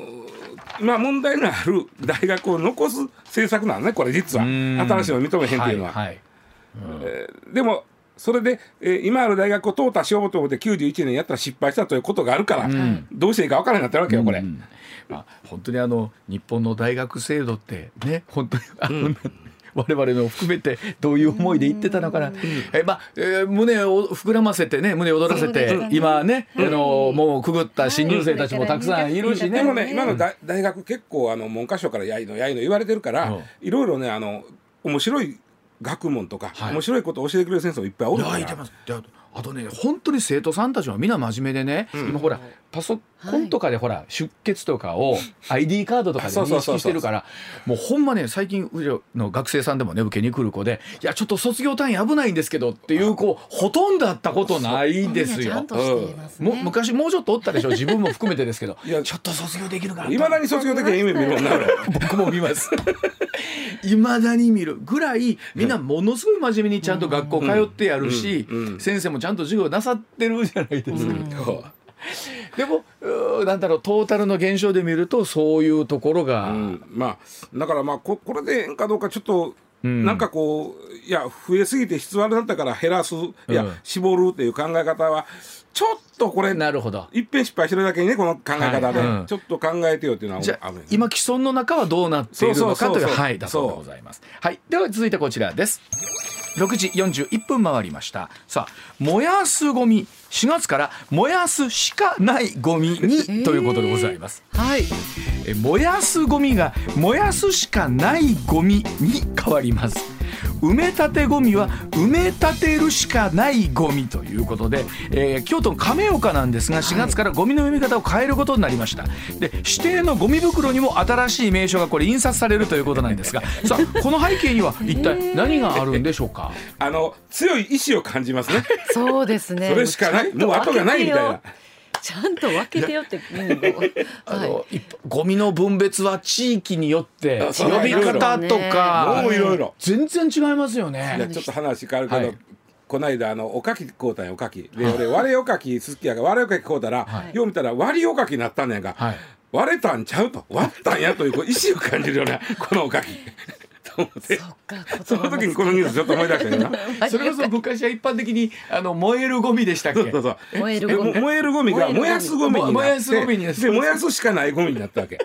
S4: 今問題のある大学を残す政策なんねこれ実は
S1: うん
S4: 新しいのを認めへんっていうのは。
S1: はいはい
S4: でもそれで、えー今ある大学を淘汰しようと思って91年やったら失敗したということがあるから、
S1: ん
S4: どうしていいか分からなくなってるわけよこれ。
S1: うんまあ、本当にあの日本の大学制度ってね本当にあの、我々の含めてどういう思いで言ってたのかな、えまあえー胸を膨らませてね胸を躍らせ
S3: そうで
S1: て、
S3: すね
S1: 今ね、
S3: はい
S1: あのもうくぐった新入生たちもたくさんいるしね。
S4: でもね、
S3: ね
S4: 今のだ大学結構あの文科省からやいのやいの言われてるから、
S1: うん
S4: いろいろねあの面白い学問とか、
S1: はい
S4: 面白いことを教えてくれる先生もいっぱいおるか
S1: いやいて
S4: ら
S1: ますであとあとね本当に生徒さんたちはみんな真面目でね、今ほらパソコンとかでほら、出血とかを ID カードとかで
S4: そうそ
S1: 認
S4: うそうそう
S1: 識してるからもうほんまね最近うちの学生さんでもね受けに来る子で「いやちょっと卒業単位危ないんですけど」っていう子ほとんどあったことないです
S3: ちゃ
S1: よ
S3: ん。としていますね。
S1: も昔もうちょっとおったでしょ自分も含めてですけど
S4: いや
S1: ちょっと卒業できるかない
S4: まだに卒業できへん夢見るも んな俺
S1: 僕も見 ます。いまだに見るぐらいみんなものすごい真面目にちゃんと学校通ってやるし、
S4: うんうん
S1: 先生もちゃんと授業なさってるじゃないですか。
S3: うん
S1: でもうーなんだろうトータルの現象で見るとそういうところが、
S4: うん、まあだからまあここれでええんかどうかちょっと、
S1: ん
S4: なんかこういや増えすぎて質悪だったから減らすいや、
S1: うん
S4: 絞るっていう考え方はちょっとこれ
S1: なるほど。
S4: いっぺん失敗してるだけにねこの考え方で、
S1: はいうん
S4: ちょっと考えてよっていうのは
S1: じゃ
S4: あ
S1: あ
S4: るよね
S1: 今既存の中はどうなっているのか
S4: そうそうそうそ
S1: と
S4: う
S1: いうはいだ
S4: そう
S1: そうでございます。はいでは続いてこちらです。6時41分回りましたさあ燃やすゴミ4月から燃やすしかないゴミにということでございます。
S3: はい。
S1: え燃やすゴミが燃やすしかないゴミに変わります埋め立てゴミは埋め立てるしかないゴミということで、えー京都の亀岡なんですが4月からゴミの読み方を変えることになりましたで指定のゴミ袋にも新しい名称がこれ印刷されるということなんですがさあこの背景には一体何があるんでしょうか、
S4: あの強い意志を感じま すね
S3: そうですね。
S4: それしかないもう後がないみたいな。
S3: ちゃんと分けてよって。うん
S1: あ
S3: はい
S1: の一ゴミの分別は地域によって
S4: あそう
S1: 呼び方とか
S4: もういろいろ
S1: 全然違いますよね。
S4: いやちょっと話変わるけど、
S1: はい
S4: この間あのおかき買うたんよおかきで俺割れおかき好きやから割れおかき買うたら、
S1: はい
S4: よう見たら割りおかきになったんねんが、
S1: はい
S4: 割れたんちゃうと割ったんやというこう意思を感じるよね このおかきと思って
S3: そっか。
S4: その時にこのニュースちょっと思い出したんやな
S1: それこそ昔は一般的にあの燃えるゴミで したっけ
S4: そうそうそう
S3: 燃える
S4: え
S3: ゴミ
S4: も燃えるゴミが燃
S3: 燃えるゴミ
S4: やすゴミにな
S1: 燃やすゴミになっ
S4: って
S1: て
S4: で燃やすしかないゴミになったわけ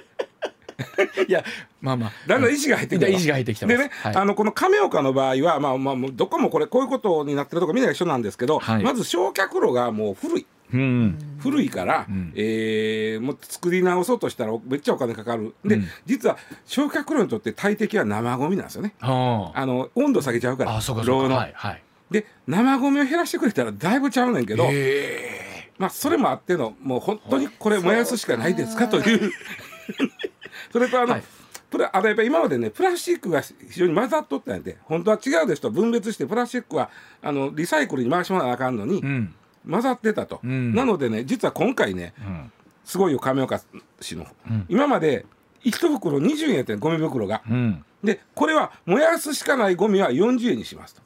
S1: いやまあまあ
S4: だんだん意思が入ってきた
S1: 意思が入ってきてます
S4: でね、
S1: はい
S4: あのこの亀岡の場合は、まあまあ、もうどこもこれこういうことになってるとこみんな一緒なんですけど、
S1: はい
S4: まず焼却炉がもう古い。
S1: うん
S4: 古いから、えーもう作り直そうとしたらめっちゃお金かかるで、実は焼却炉にとって大敵は生ゴミなんですよね
S1: ああ
S4: あの温度下げちゃうから
S1: あそうかそ
S4: 炉
S1: うか
S4: の、
S1: はいはい
S4: で生ゴミを減らしてくれたらだいぶちゃうねんけど、
S1: え
S4: まあそれもあってのもう本当にこれ燃やすしかないですかという それとあの、
S1: はい
S4: プラあのやっぱり今までねプラスチックが非常に混ざっとったんやで本当は違うですと分別してプラスチックはあのリサイクルに回しもらわなあかんのに、
S1: えうん
S4: 混ざってたと、
S1: うん
S4: なのでね実は今回ね
S1: うん
S4: すごいよ亀岡市の、
S1: ん
S4: 今まで1袋20円やってんゴミ袋が
S1: うん
S4: でこれは燃やすしかないゴミは40円にしますと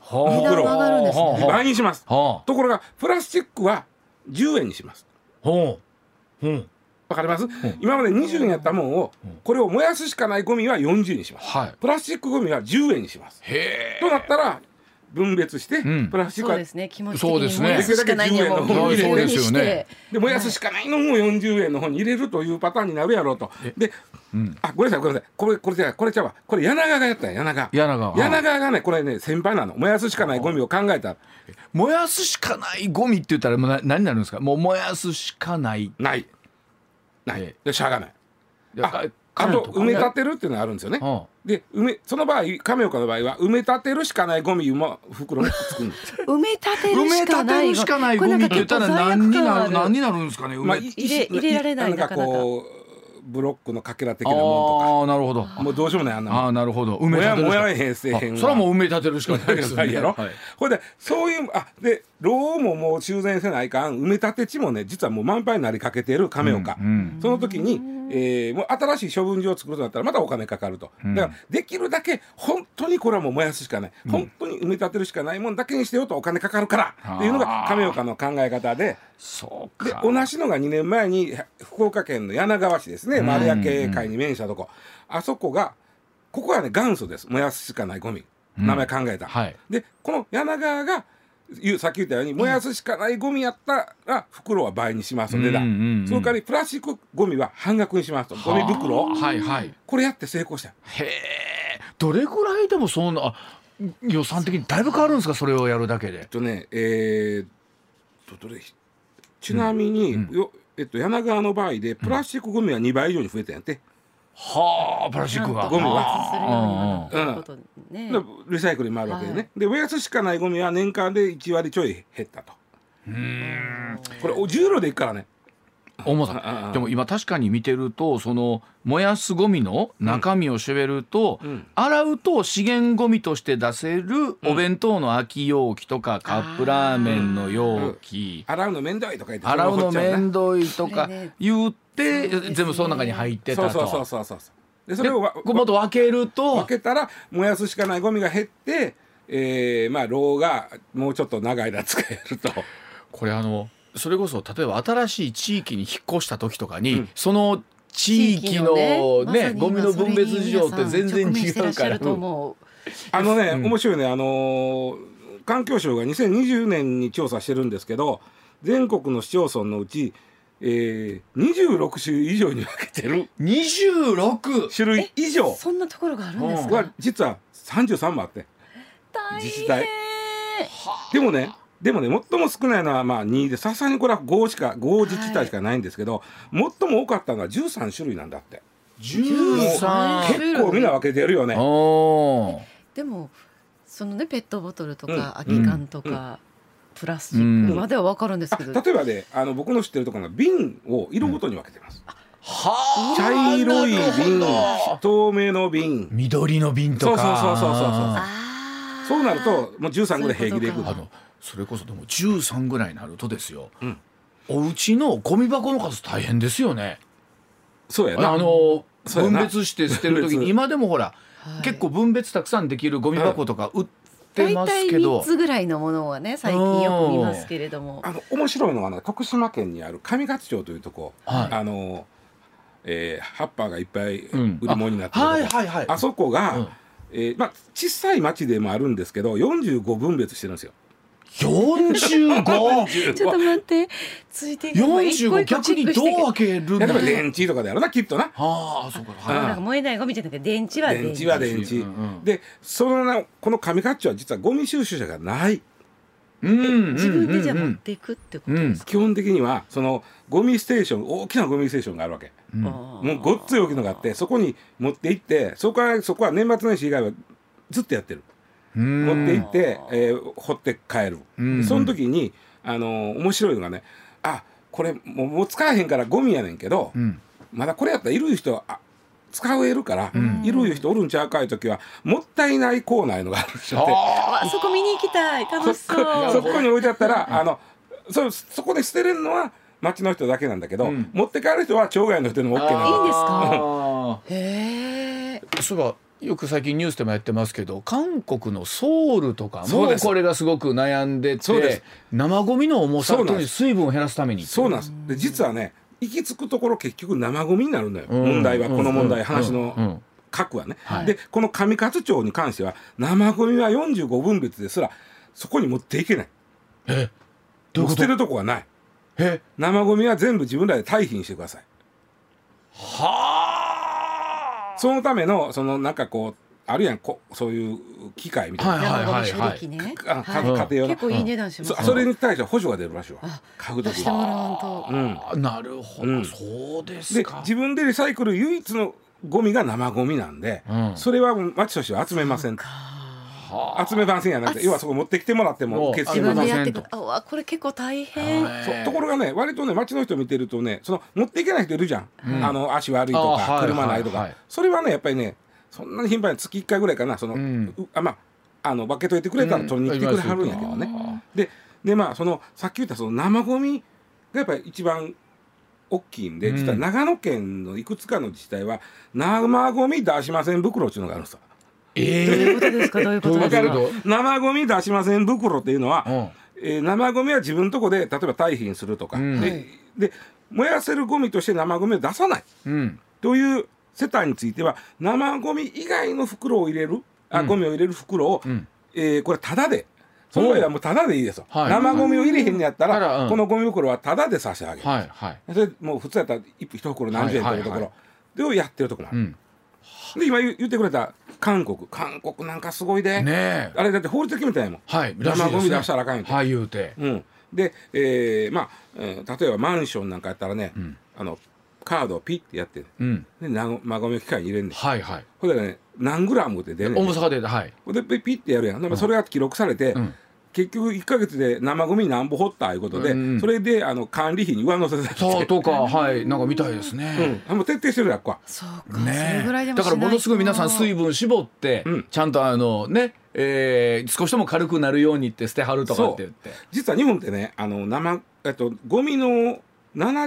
S1: は
S4: 値段が上
S3: がるんですね
S4: で倍にします
S1: はあ
S4: ところがプラスチックは10円にします
S1: ほううん
S4: わかります、今まで20円やったもんを、これを燃やすしかないゴミは40円にします
S1: はい
S4: プラスチックゴミは10円にします
S1: へえ
S4: となったら分別して、
S1: うん
S4: プラスチック
S3: そう
S4: は
S3: ですね気持ち的
S1: そうで
S3: に
S1: すね
S3: 燃やすしかないのも
S4: できるだけ10円の方に入れて
S1: そ
S3: に
S1: う
S3: し
S1: ですよ
S3: て
S1: ね
S4: で燃やすしかないのも40円の方に入れるというパターンになるやろうと。で、あごめんなさいごめんなさいこれこれじゃあこれちゃうわこれ柳川がやったんや柳川
S1: 柳川
S4: 柳川がねこれね先輩なの燃やすしかないゴミを考えた
S1: 燃やすしかないゴミって言ったらもうな何になるんですかもう燃やすしかない
S4: ないない、
S1: え
S4: でしゃあがないああ
S1: 缶
S4: と
S1: か
S4: 埋め立てるっていうのがあるんですよね、
S1: は
S4: で埋めその場合亀岡の場合は埋め立てるしかないゴミも袋に作るんです
S3: 埋め立て
S1: 埋
S3: る
S1: め
S3: しか
S1: 立
S3: な
S1: て
S3: い
S1: るしかないゴミって言ったら何になる何になるんですかね埋め
S4: まあ
S1: あ
S4: い
S3: 入れ入れられない
S4: んか
S3: なかなか
S4: こうブロックのかけら的なも
S1: あーなるほど
S4: のとかもうどうしようもないあんなもん
S1: ああなるほど埋め
S4: も
S1: 立
S4: や
S1: てる
S4: も
S1: しか
S4: やへんせえへん
S1: あ
S4: わ
S1: それはもう埋め立てるしかないです よ
S4: ない
S1: ね
S4: やろ、
S1: はい
S4: ほいでそういうあで牢ももう修繕せないかん埋め立て地もね実はもう満杯になりかけている亀岡、
S1: うん
S4: その時に、えーもう新しい処分場を作るとなったらまたお金かかると、だからできるだけ本当にこれはもう燃やすしかない、本当に埋め立てるしかないもんだけにしてよとお金かかるからっていうのが亀岡の考え方で。
S1: そう
S4: で
S1: か
S4: 同じのが2年前に福岡県の柳川市ですね丸焼け海に面したとこ、あそこがここはね元祖です燃やすしかないゴミ名前考えた、
S1: はい
S4: でこの柳川が言うさっき言ったように燃やすしかないゴミやったら袋は倍にしますと値段、
S1: うんうんうん
S4: その代わりプラスチックゴミは半額にしますとゴミ袋を、
S1: はいはい
S4: これやって成功した
S1: へえどれぐらいでもそんなあ予算的にだいぶ変わるんですかそれをやるだけで
S4: えっとねえーっとどれちなみに、よえっと、柳川の場合でプラスチックゴミは2倍以上に増えたんやって、
S1: はあプラスチックが
S4: ゴミは
S1: あー
S3: するようになったということね、
S4: でリサイクルもあるわけでね、
S3: はい
S4: で燃やすしかないゴミは年間で1割ちょい減ったとこれお重量でいくからね
S1: 重
S4: あ
S1: さ
S4: あ
S1: でも今確かに見てるとその燃やすゴミの中身をしべると、
S4: うん
S1: 洗うと資源ゴミとして出せるお弁当の空き容器とかカップラーメンの容器、
S4: 洗うのめんどいとか言って
S1: 洗うのめ
S4: どい
S1: んどいとか
S3: それね
S1: 言って、
S3: そうですね
S1: 全部その中に入って
S4: そ
S1: た
S4: う
S1: と。
S4: そうそうそうそうでそ
S1: で
S4: れをわ
S1: こうもっと分けると
S4: 分けたら燃やすしかないゴミが減って、えーまあ老がもうちょっと長い間使え ると
S1: これあのそれこそ例えば新しい地域に引っ越した時とかに、その地域のね,、ゴミの分別事情って全然違うから。
S4: あのね、面白いねあのー環境省が2020年に調査してるんですけど全国の市町村のうち、えー、26種以上に分けてる
S1: 26
S4: 種類以上
S3: そんなところがあるんですか
S4: は実は33もあって
S3: 大
S4: 自治体
S3: 変
S4: でもねでもね最も少ないのはまあ2でさすがにこれは5しか5自治体しかないんですけど、最も多かったのは13種類なんだって
S1: 13
S3: あ
S4: 結構みんな分けてるよね
S1: おー
S3: でもそのねペットボトルと
S4: うん
S3: か空き缶とかプラスチックまではわかるんです
S4: あ
S3: けど
S4: 例えばねあの僕の知ってるところが瓶を色ごとに分けてます、
S1: はあ
S4: 茶色い瓶
S1: なるほど
S4: 透明の瓶
S1: 緑の瓶とか
S4: そうそうそうそうそう
S3: あー
S4: そうなるともう13ぐらい平気でいく
S3: そういうこ
S1: あのそれこそでも13ぐらいになるとですよ、
S4: うん
S1: お家のゴミ箱の数大変ですよね
S4: そうやな
S1: あの
S4: そうや
S1: 分
S4: な
S1: 別して捨てる時
S4: 分
S1: に
S4: 別
S1: 今でもほら、
S3: はい
S1: 結構分別たくさんできるゴミ箱とか売って
S3: 大
S1: ます
S3: 体
S1: けど、
S3: 3つぐらいのものはね最近よく見ますけれども
S4: あの面白いのはね徳島県にある上勝町というとこ、
S1: はい
S4: あの、えー葉っぱがいっぱい
S1: うん
S4: 売り物になってるとこ、
S1: はいはいはい
S4: あそこが、
S1: うん
S4: えーまあ、小さい町でもあるんですけど45分別してるんですよ。
S1: 45
S3: ちょっと待ってついていくもう一個
S1: 45
S3: 一個チ
S1: 逆
S3: ェ
S1: に
S3: ックし
S1: ど
S3: ていく
S1: う開けるん
S4: 例え
S1: だ
S4: ば電池とかでやろなきっとな。
S1: ああそうかはい
S4: うん
S3: なんか燃えないゴミじゃなくて電池は
S4: 電池は電池、
S1: うんうん
S4: でそのなこの上勝町は実はゴミ収集車がない
S1: うんうんうん
S3: 自分でじゃあ持っていくってことです
S4: 基
S3: か、
S4: 本的にはそのゴミステーション大きなゴミステーションがあるわけ
S1: うん
S4: もうごっつい大きいのがあってそこに持って行ってそこはそこは年末年始以外はずっとやってる
S1: うん
S4: 持って行って、えー掘って帰る、
S1: うん
S4: その時に、あのー面白いのがねあこれもうもう使わへんからゴミやねんけど、
S1: うん
S4: まだこれやったらいる人はあ使えるから、いる人おるんちゃうかいう時はもったいないコーナーいうのがある人で
S1: あ
S3: あそこ見に行きたい楽しそう
S4: そこに置いてあったらあのそそこで捨てれるのは町の人だけなんだけど、
S1: うん
S4: 持って帰る人は町外の人でも OK な
S3: あ
S4: の
S3: いいんですか
S1: か
S3: へえ
S1: そういえばよく最近ニュースでもやってますけど韓国のソウルとか
S4: そう
S1: も
S4: です
S1: これがすごく悩んで
S4: そうで
S1: て
S4: す
S1: 生ゴミの重さ
S4: そうなん
S1: と
S4: で
S1: に
S4: す
S1: 水分を減らすために
S4: そうなんですで実はね行き着くところ結局生ゴミになるのよ、
S1: うん
S4: 問題はこの問題、話の、
S1: うんうん
S4: 核はね、
S3: はい
S4: でこの上勝町に関しては生ゴミは45分別ですらそこに持っていけない
S1: えどう
S4: も
S1: いううこと
S4: 捨てるとこがない
S1: え
S4: 生ゴミは全部自分らで堆肥にしてください
S1: は
S4: そのためのそのなんかこうあるやんこそういう機械みたいな、
S1: はいはいはいはい
S3: 生ゴミ処理器ね
S4: あか家
S3: は
S4: 庭用
S3: い、
S4: の
S3: 結構いい値段しま
S4: そ
S3: す
S4: それに対して補助が出るらしいわ
S3: あ
S4: 家具
S3: 出
S4: と
S3: してもらわんと
S1: あ、
S4: うん
S1: あなるほど、
S4: うん
S1: そうです
S4: で
S1: か
S4: 自分でリサイクル唯一のゴミが生ゴミなんで、
S1: うん
S4: それはもう町としては集めません
S1: はあ
S4: 集めませんやなくて要はそこ持ってきてもらって
S1: お
S4: も決
S3: 自
S4: 心も
S3: 分
S4: な
S3: で
S4: い
S3: やってくあわこれ結構大変
S1: はい
S4: そうところがね割とね町の人見てるとねその持っていけない人いるじゃん、
S1: うん
S4: あの足悪いと
S1: あーは
S4: か
S1: い
S4: 車ないとか、
S1: はいはい
S4: それはねやっぱりねそんなに頻繁に月1回ぐらいかなその、
S1: うん
S4: うあまああの分けといてくれたら取りに来てくれはるんやけどね、
S1: ね
S4: ででまあそのさっき言ったその生ゴミがやっぱり一番大きいんで、
S1: うん
S4: 実は長野県のいくつかの自治体は生ゴミ出しません袋っていうのがあるんですよ。
S3: どう
S1: え
S3: いうことですかどういうこと
S1: どう
S3: で
S1: い
S4: わ
S1: うこ
S4: か
S1: と
S3: す
S4: る
S1: だけど
S4: 生ゴミ出しません袋っていうのは、
S1: えうん
S4: えー生ゴミは自分のとこで例えば堆肥にするとか、
S1: うん
S4: でで燃やせるゴミとして生ゴミを出さない
S1: うん
S4: という世帯については生ゴミ以外の袋を入れるあ、
S1: うん
S4: ゴミを入れる袋を、
S1: うん
S4: えーこれタダでその場合はもうタダでいいですよ、
S1: はい
S4: 生ゴミを入れへんのやったら、
S1: うんだからうん
S4: このゴミ袋はタダで差し上げる、
S1: はいはい
S4: それもう普通やったら一一袋何十円というとこ
S1: はいはい
S4: ろでをやってるところもあ
S1: う
S4: る、
S1: ん
S4: で今言言ってくれた韓国韓国なんかすごいで、
S1: ねえ
S4: あれだって法律で決めたんやもん、
S1: はい
S4: 生ゴミ出したらあかんよ
S1: はい言うて
S4: うん、で、えーまあ、えー例えばマンションなんかやったらね、
S1: うん
S4: あのカードをピッてやって、ね、
S1: うん
S4: で生ゴミを機械に入れんねん
S1: はいはい
S4: ほんでね何グラムって出んねん
S1: 重さが出たはい
S4: ほんでピッてやるやん、でもそれが記録されて、
S1: うん
S4: 結局1か月で生ゴミ何ぼ掘ったいうことで、
S1: うんうん
S4: それであの管理費に上乗せされて
S1: そうとかはいなんかみたいです
S4: う
S1: ね
S4: ん、あもう徹底してるやっこは
S3: そうか、そ
S1: ね
S3: れぐらいで
S1: え
S3: も
S1: だからものすごい皆さん水
S3: 分
S1: 分絞って
S4: うん
S1: ちゃんとあのねえー少しでも軽くなるようにって捨てはるとかって言って
S4: 実は日本ってねあの生、えっと、ゴミの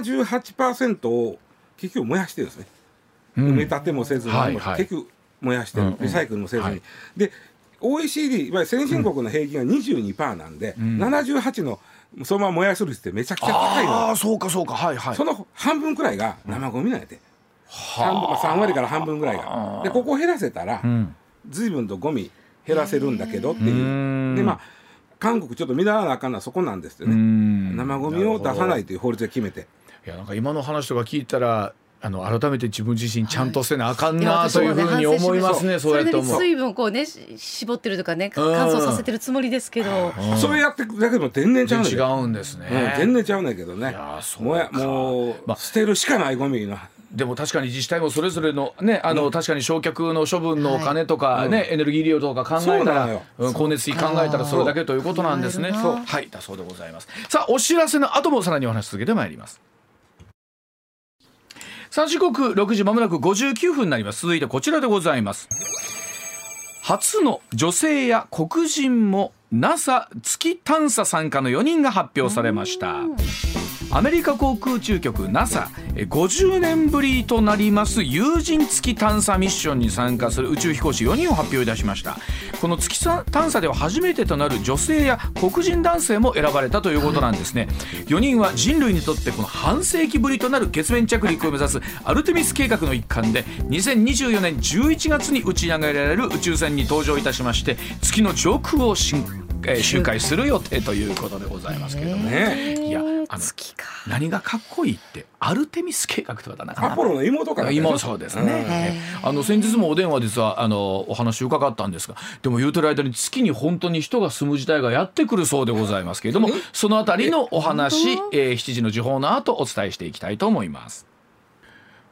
S4: 78%を結局燃やしてるんですね、
S1: ん
S4: 埋め立てもせずに、
S1: はいはい
S4: 結局燃やしてる、
S1: うんうん
S4: リサイクルもせずに、
S1: はい
S4: で OECD いわゆる先進国の平均が22%なんで、
S1: ん
S4: 78のそのまま燃やす率ってめちゃくちゃ高いの
S1: ああそうかそうかはいはい
S4: その半分くらいが生ゴミなんやで、三分まあ、3割から半分くらいがでここを減らせたら、
S1: うん
S4: 随分とゴミ減らせるんだけどって
S1: う
S4: い
S1: ん
S4: うでまあ韓国ちょっと見習わなあかんのはそこなんですよね、
S1: うん
S4: 生ゴミを出さないという法律で決めて
S1: いやなんか今の話とか聞いたらあの改めて自分自身ちゃんとせなあかんなというふうに思いますねそうやっ
S3: れな
S1: て
S3: りに
S1: 思う。
S3: 水分をこうねし絞ってるとかね乾燥させてるつもりですけど
S1: うん
S4: それやっていくだけでも全然ちゃうねん
S1: 違うんですね。
S4: うん全然ちゃうねんけどね
S1: いやーそうか
S4: もやも
S1: まあ
S4: う捨てるしかないゴミの
S1: でも確かに自治体もそれぞれのねあの、確かに焼却の処分のお金とかね、エネルギー量とか考
S4: そ
S1: え
S4: う
S1: た
S4: なの
S1: ら
S4: よ、
S1: うん光熱費考えたらそれだけということなんですね。
S3: そう
S1: そうはいだそうでございます。さあお知らせの後もさらにお話し続けてまいります。三時刻六時まもなく五十九分になります。続いてこちらでございます。初の女性や黒人も NASA 月探査参加の4人が発表されました。アメリカ航空宇宙局 NASA えー50年ぶりとなります有人月探査ミッションに参加する宇宙飛行士4人を発表いたしましたこの月さ探査では初めてとなる女性や黒人男性も選ばれたということなんですね4人は人類にとってこの半世紀ぶりとなる月面着陸を目指すアルテミス計画の一環で2024年11月に打ち上げられる宇宙船に登場いたしまして月の上空をしん、えー周回する予定ということでございますけれども
S4: ね
S1: いやあの
S3: 月か
S1: 何がかっこいいってアルテミス計画とかだなかな
S4: アポロの妹から
S1: 今そうですね、ええあの先日もお電話でさあのお話伺ったんですがでも言うてる間に月に本当に人が住む時代がやってくるそうでございますけれどもそのあたりのお話、えー7時の時報の後お伝えしていきたいと思います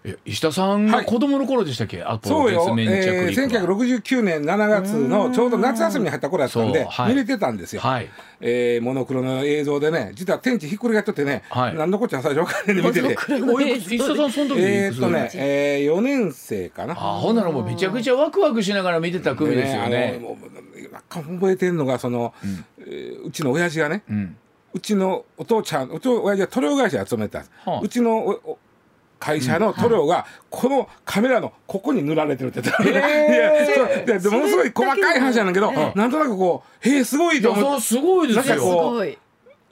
S1: え石田さん
S4: は
S1: が
S4: い
S1: 子供の頃でしたっけアポ
S4: そ
S1: ロ
S4: う
S1: 月
S4: よ、
S1: 面着
S4: えー、
S1: 陸は、
S4: 1969年7月のちょうど夏休みに入った頃だったん
S1: そ
S4: で
S1: う、はい
S4: 見れてたんですよ、
S1: はい
S4: えーモノクロの映像でね実は天地ひっくり返っとってね、
S1: はい
S4: 何のこっちゃ最初分かんないんで見てて
S1: おいくつ石田さんその時
S4: え
S1: い
S4: ー
S1: く
S4: っ
S1: つ
S4: と
S1: ぐらい
S4: ね、えー、4年生かな
S1: あほんならもうめちゃくちゃワクワクしながら見てた組ですよ
S4: あの
S1: ね
S4: もうなんか覚えてんのがその、うえーうちの親父がね、う
S1: うん
S4: ちのお父ちゃんうちの親父は塗料会社に勤めてたんです、
S1: はあ
S4: うちのおお会社の塗料がこのカメラのここに塗られてるって言ってた、いやそうででものすごい細かい話なんだけど、
S1: ええ
S4: なんとなくこうへえすごい
S1: い
S4: と
S1: やそれ
S4: 思
S1: は
S4: っ
S1: すごいです
S4: なん
S1: よ
S4: か
S3: す
S4: こう
S3: ごい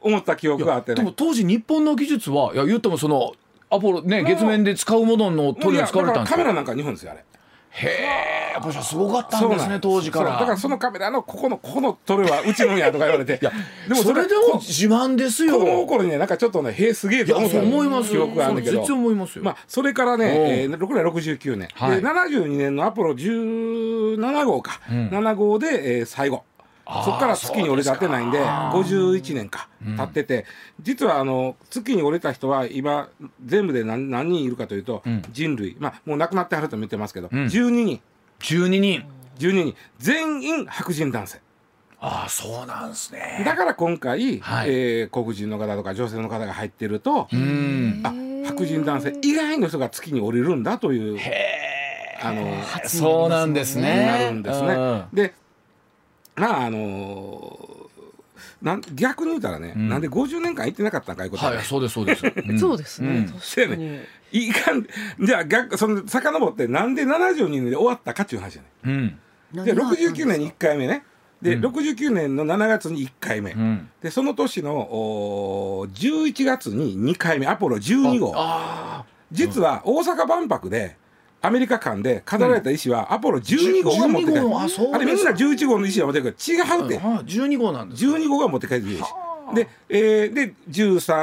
S4: 思った記憶があって
S1: でも
S4: ね。
S1: 当時日本の技術はいや言ってもそのアポロね月面で使うものの
S4: も
S1: 塗
S4: うい
S1: 料
S4: や
S1: に使われたん
S4: だから
S1: です
S4: カメ
S1: よ
S4: ラなんか日本ですよあれ
S1: へえやっぱじゃあすごかった
S4: そ
S1: ん
S4: う
S1: で
S4: な
S1: す
S4: ん
S1: ね当時から
S4: そうだからそのカメラのここのここの撮れはうちのやとか言われていや
S1: でもそれでも
S4: こ
S1: 自慢ですよ
S4: この頃にねなんかちょっとねへえすげえ
S1: い
S4: と思
S1: や
S4: った
S1: そう思います
S4: 記
S1: よ
S4: 憶があるんだけど
S1: そう全然思いますよ、
S4: まあ、それから
S1: うん
S4: ね、えー、6年69年、
S1: はい
S4: で72年のアポロ17号か、
S1: うん
S4: 7号で、えー最後
S1: あー
S4: そこから月に折れたってないんで
S1: そうですか
S4: 51年か経ってて、実はあの月に折れた人は今全部で何何人いるかというと、
S1: うん
S4: 人類、まあ、もう亡くなってはると見てますけど、
S1: うん
S4: 12人
S1: 12人
S4: 12人全員白人男性
S1: ああそうなんですね
S4: だから今回、
S1: はい
S4: えー黒人の方とか女性の方が入ってると、
S1: うん
S4: あ白人男性以外の人が月に降りるんだという
S1: へえ
S4: あの
S1: そうなんですね
S4: なるんですね
S1: うん
S4: でまああのーなん逆に言うたらね、
S1: うん
S4: なんで50年間行ってなかったんかいうことは
S1: はい
S4: ね、
S1: そうですそうです、うん
S3: そうです
S1: うん
S3: ね。
S4: せや
S3: 確かに
S4: ね。いかんじゃあ逆その遡ってなんで72年で終わったかっていう話やね
S1: うん
S4: じゃあ69年に1回目ねで、
S1: うん
S4: 69年の7月に1回目、
S1: うん
S4: でその年のおー11月に2回目アポロ12号
S1: ああ
S4: 実は大阪万博でアメリカ間で飾られた石はアポロ12号が持って帰る、
S1: 12号あそう
S4: あれみんな
S1: ですか
S4: 11号の石は持って帰る違うって、
S1: あ12号なんですか
S4: 12号が持って帰ってくるしで,、えーで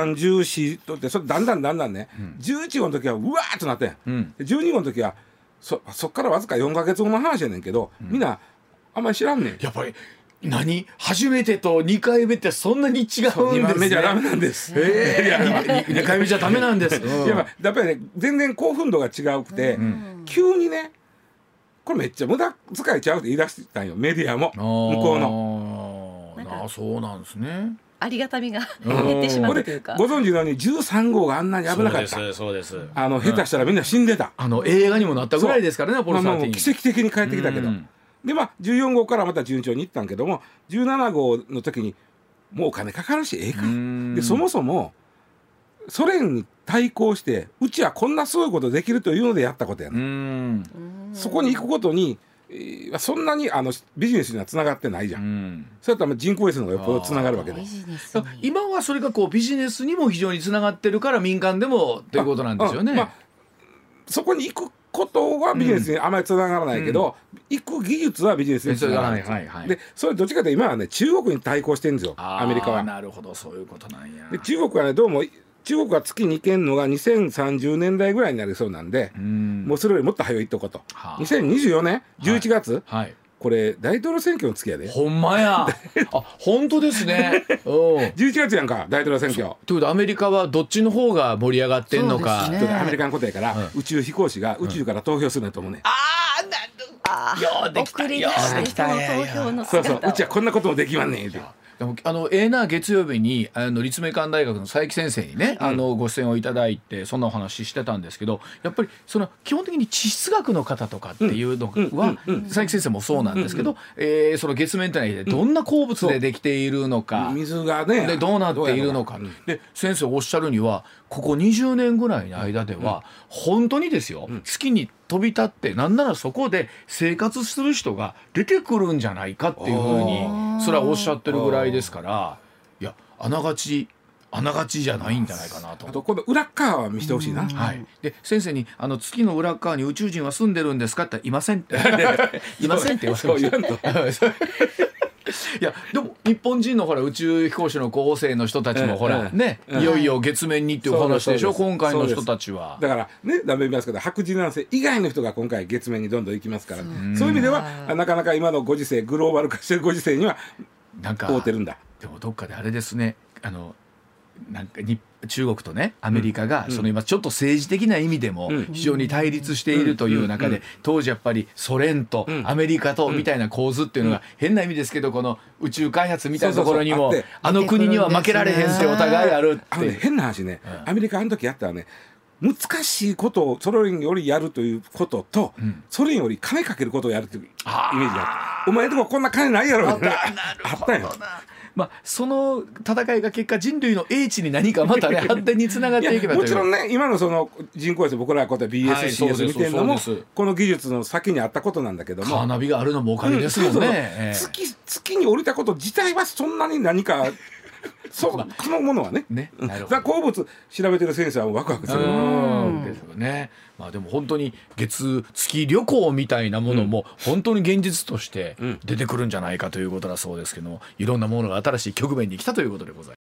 S4: 1314とってそれだんだんだんだんね、11号の時はうわーっとなってん、
S1: うん
S4: で12号の時はそそっからわずか4か月後の話やねんけど、みんなあんまり知らんねん
S1: やっぱり何初めてと二回目ってそんなに違うんですね
S4: 2番目じゃダメなんです。
S1: ええいや2回目じゃダメなんです、
S4: いやまあやっぱりね全然興奮度が違うくて、急にねこれめっちゃ無駄遣いちゃうって言い出したんよメディアも向こうの。
S1: のああそうなんですね
S3: ありがたみが
S1: うん
S3: 減ってしま
S4: こ
S3: った
S4: れ
S3: というか。
S4: ご存知のように13号があんなに危なかった
S5: そうですそうです
S4: あの下手したらみんな死んでた。
S1: あの映画にもなったぐらいですからねアポロ
S4: まあ、
S1: 13、
S4: まあもう奇跡的に帰ってきたけど、
S1: うん
S4: でまあ14号からまた順調にいったんけども17号の時にもうお金かかるしええか
S1: うん
S4: でそもそもソ連に対抗してうちはこんなすごいことできるというのでやったことや
S1: う
S4: ね、
S1: ん
S4: そこに行くことに、えーそんなにあのビジネスにはつながってないじゃ、
S1: うんん
S4: それとはまあ人工衛星の方がよっぽどつながるわけで
S2: ビジネス
S1: だから
S2: に
S1: 今はそれがこうビジネスにも非常につながってるから民間でもということなんですよね、
S4: あまあそこに行くことはビジネスにあまりつながらないけど、行く技術はビジネスにつながらない,、
S1: はいはいはい
S4: でそれどっちかというと今はね中国に対抗してるんですよ
S1: あー
S4: アメリカは。
S1: なるほどそういうことなんや
S4: で中国はねどうも中国が月に行けんのが2030年代ぐらいになりそうなんで、
S1: うん
S4: もうそれよりもっと早いっとこと、
S1: はあ
S4: 2024年11月、
S1: はい
S4: これ大統領選挙の月やで
S1: ほんまや あ本当です ねおう
S4: 11月やんか大統領選挙
S1: ということでアメリカはどっちの方が盛り上がってんのか、
S2: そうですね
S4: アメリカのことやから、宇宙飛行士が宇宙から投票するんやと思うね、
S3: あー
S1: ようできた
S3: 送り出
S1: よう
S3: し
S1: で
S3: て
S1: き
S3: そ
S1: た
S3: の
S1: ね
S3: 投票の
S4: そうそう
S3: 姿
S4: う
S3: を
S4: ちはこんなこともできまんねんって
S1: でもあのええな月曜日にあの立命館大学の佐伯先生にね、あのご出演をいただいてそんなお話ししてたんですけどやっぱりその基本的に地質学の方とかっていうのは、佐伯先生もそうなんですけど、えーその月面ってのはどんな鉱物でできているのか、
S4: 水がね
S1: でどうなっているのか
S4: どうやろう
S1: で先生おっしゃるにはここ20年ぐらいの間では本当にですよ月に飛び立ってなんならそこで生活する人が出てくるんじゃないかっていうふうにそれはおっしゃってるぐらいですからいやあながちあながちじゃないんじゃないかなと
S4: あ。と今度裏っ側は見せてほしいな、
S1: はい、で先生に「あの月の裏側に宇宙人は住んでるんですか?」って言いません」って「 いません」って言われました。いやでも日本人のほら宇宙飛行士の候補生の人たち
S4: え
S1: も
S4: え
S1: ほら
S4: ええ
S1: ね
S4: ええ
S1: いよいよ月面にっていうお話でしょ
S4: そうですそうです
S1: 今回の人たちは。
S4: だからねダメ言いますけど白人男性以外の人が今回月面にどんどん行きますからそういう意味ではなかなか今のご時世グローバル化してるご時世には
S1: なんか
S4: 合うてるんだ
S1: でもどっかであれですねあのなんかに中国とねアメリカが、その今ちょっと政治的な意味でも
S4: うん
S1: 非常に対立しているという中で、当時やっぱりソ連と
S4: ん
S1: アメリカとみたいな構図っていうのが、変な意味ですけどこの宇宙開発みたいなところにも
S4: そうそうそう
S1: あの国には負けられへんってお互いある
S4: あ
S1: っ
S4: の
S1: てい
S4: ね
S1: う。
S4: 変な話ね、アメリカあの時やったらね難しいことをそれよりやるということと、それより金かけることをやるというイメ
S1: あー
S4: ージだったお前のとここんな金ないやろみたいなあったんよ
S1: まあ、その戦いが結果人類の英知に何かまたね発展につながっ
S4: い
S1: ていけ
S4: や
S1: ばと
S4: も
S1: いう
S4: ちろんね今のその人工衛星僕らはこうやって
S1: はい
S4: BSCS 見てるの
S1: そう
S4: も、
S1: ですそうです
S4: この技術の先にあったことなんだけども
S1: カーナビがあるのもおかげですもんね。
S4: うんそうそう
S1: ええ
S4: 月月に降りたこと自体はそんなに何 かそうこのものはね
S1: ね
S4: うん
S1: なるほど
S4: だから鉱物調べてる先生はワクワクする
S1: うんですよね、まあ、でも本当に月月旅行みたいなものも本当に現実として出てくるんじゃないかということだそうですけどもいろんなものが新しい局面に来たということでございます。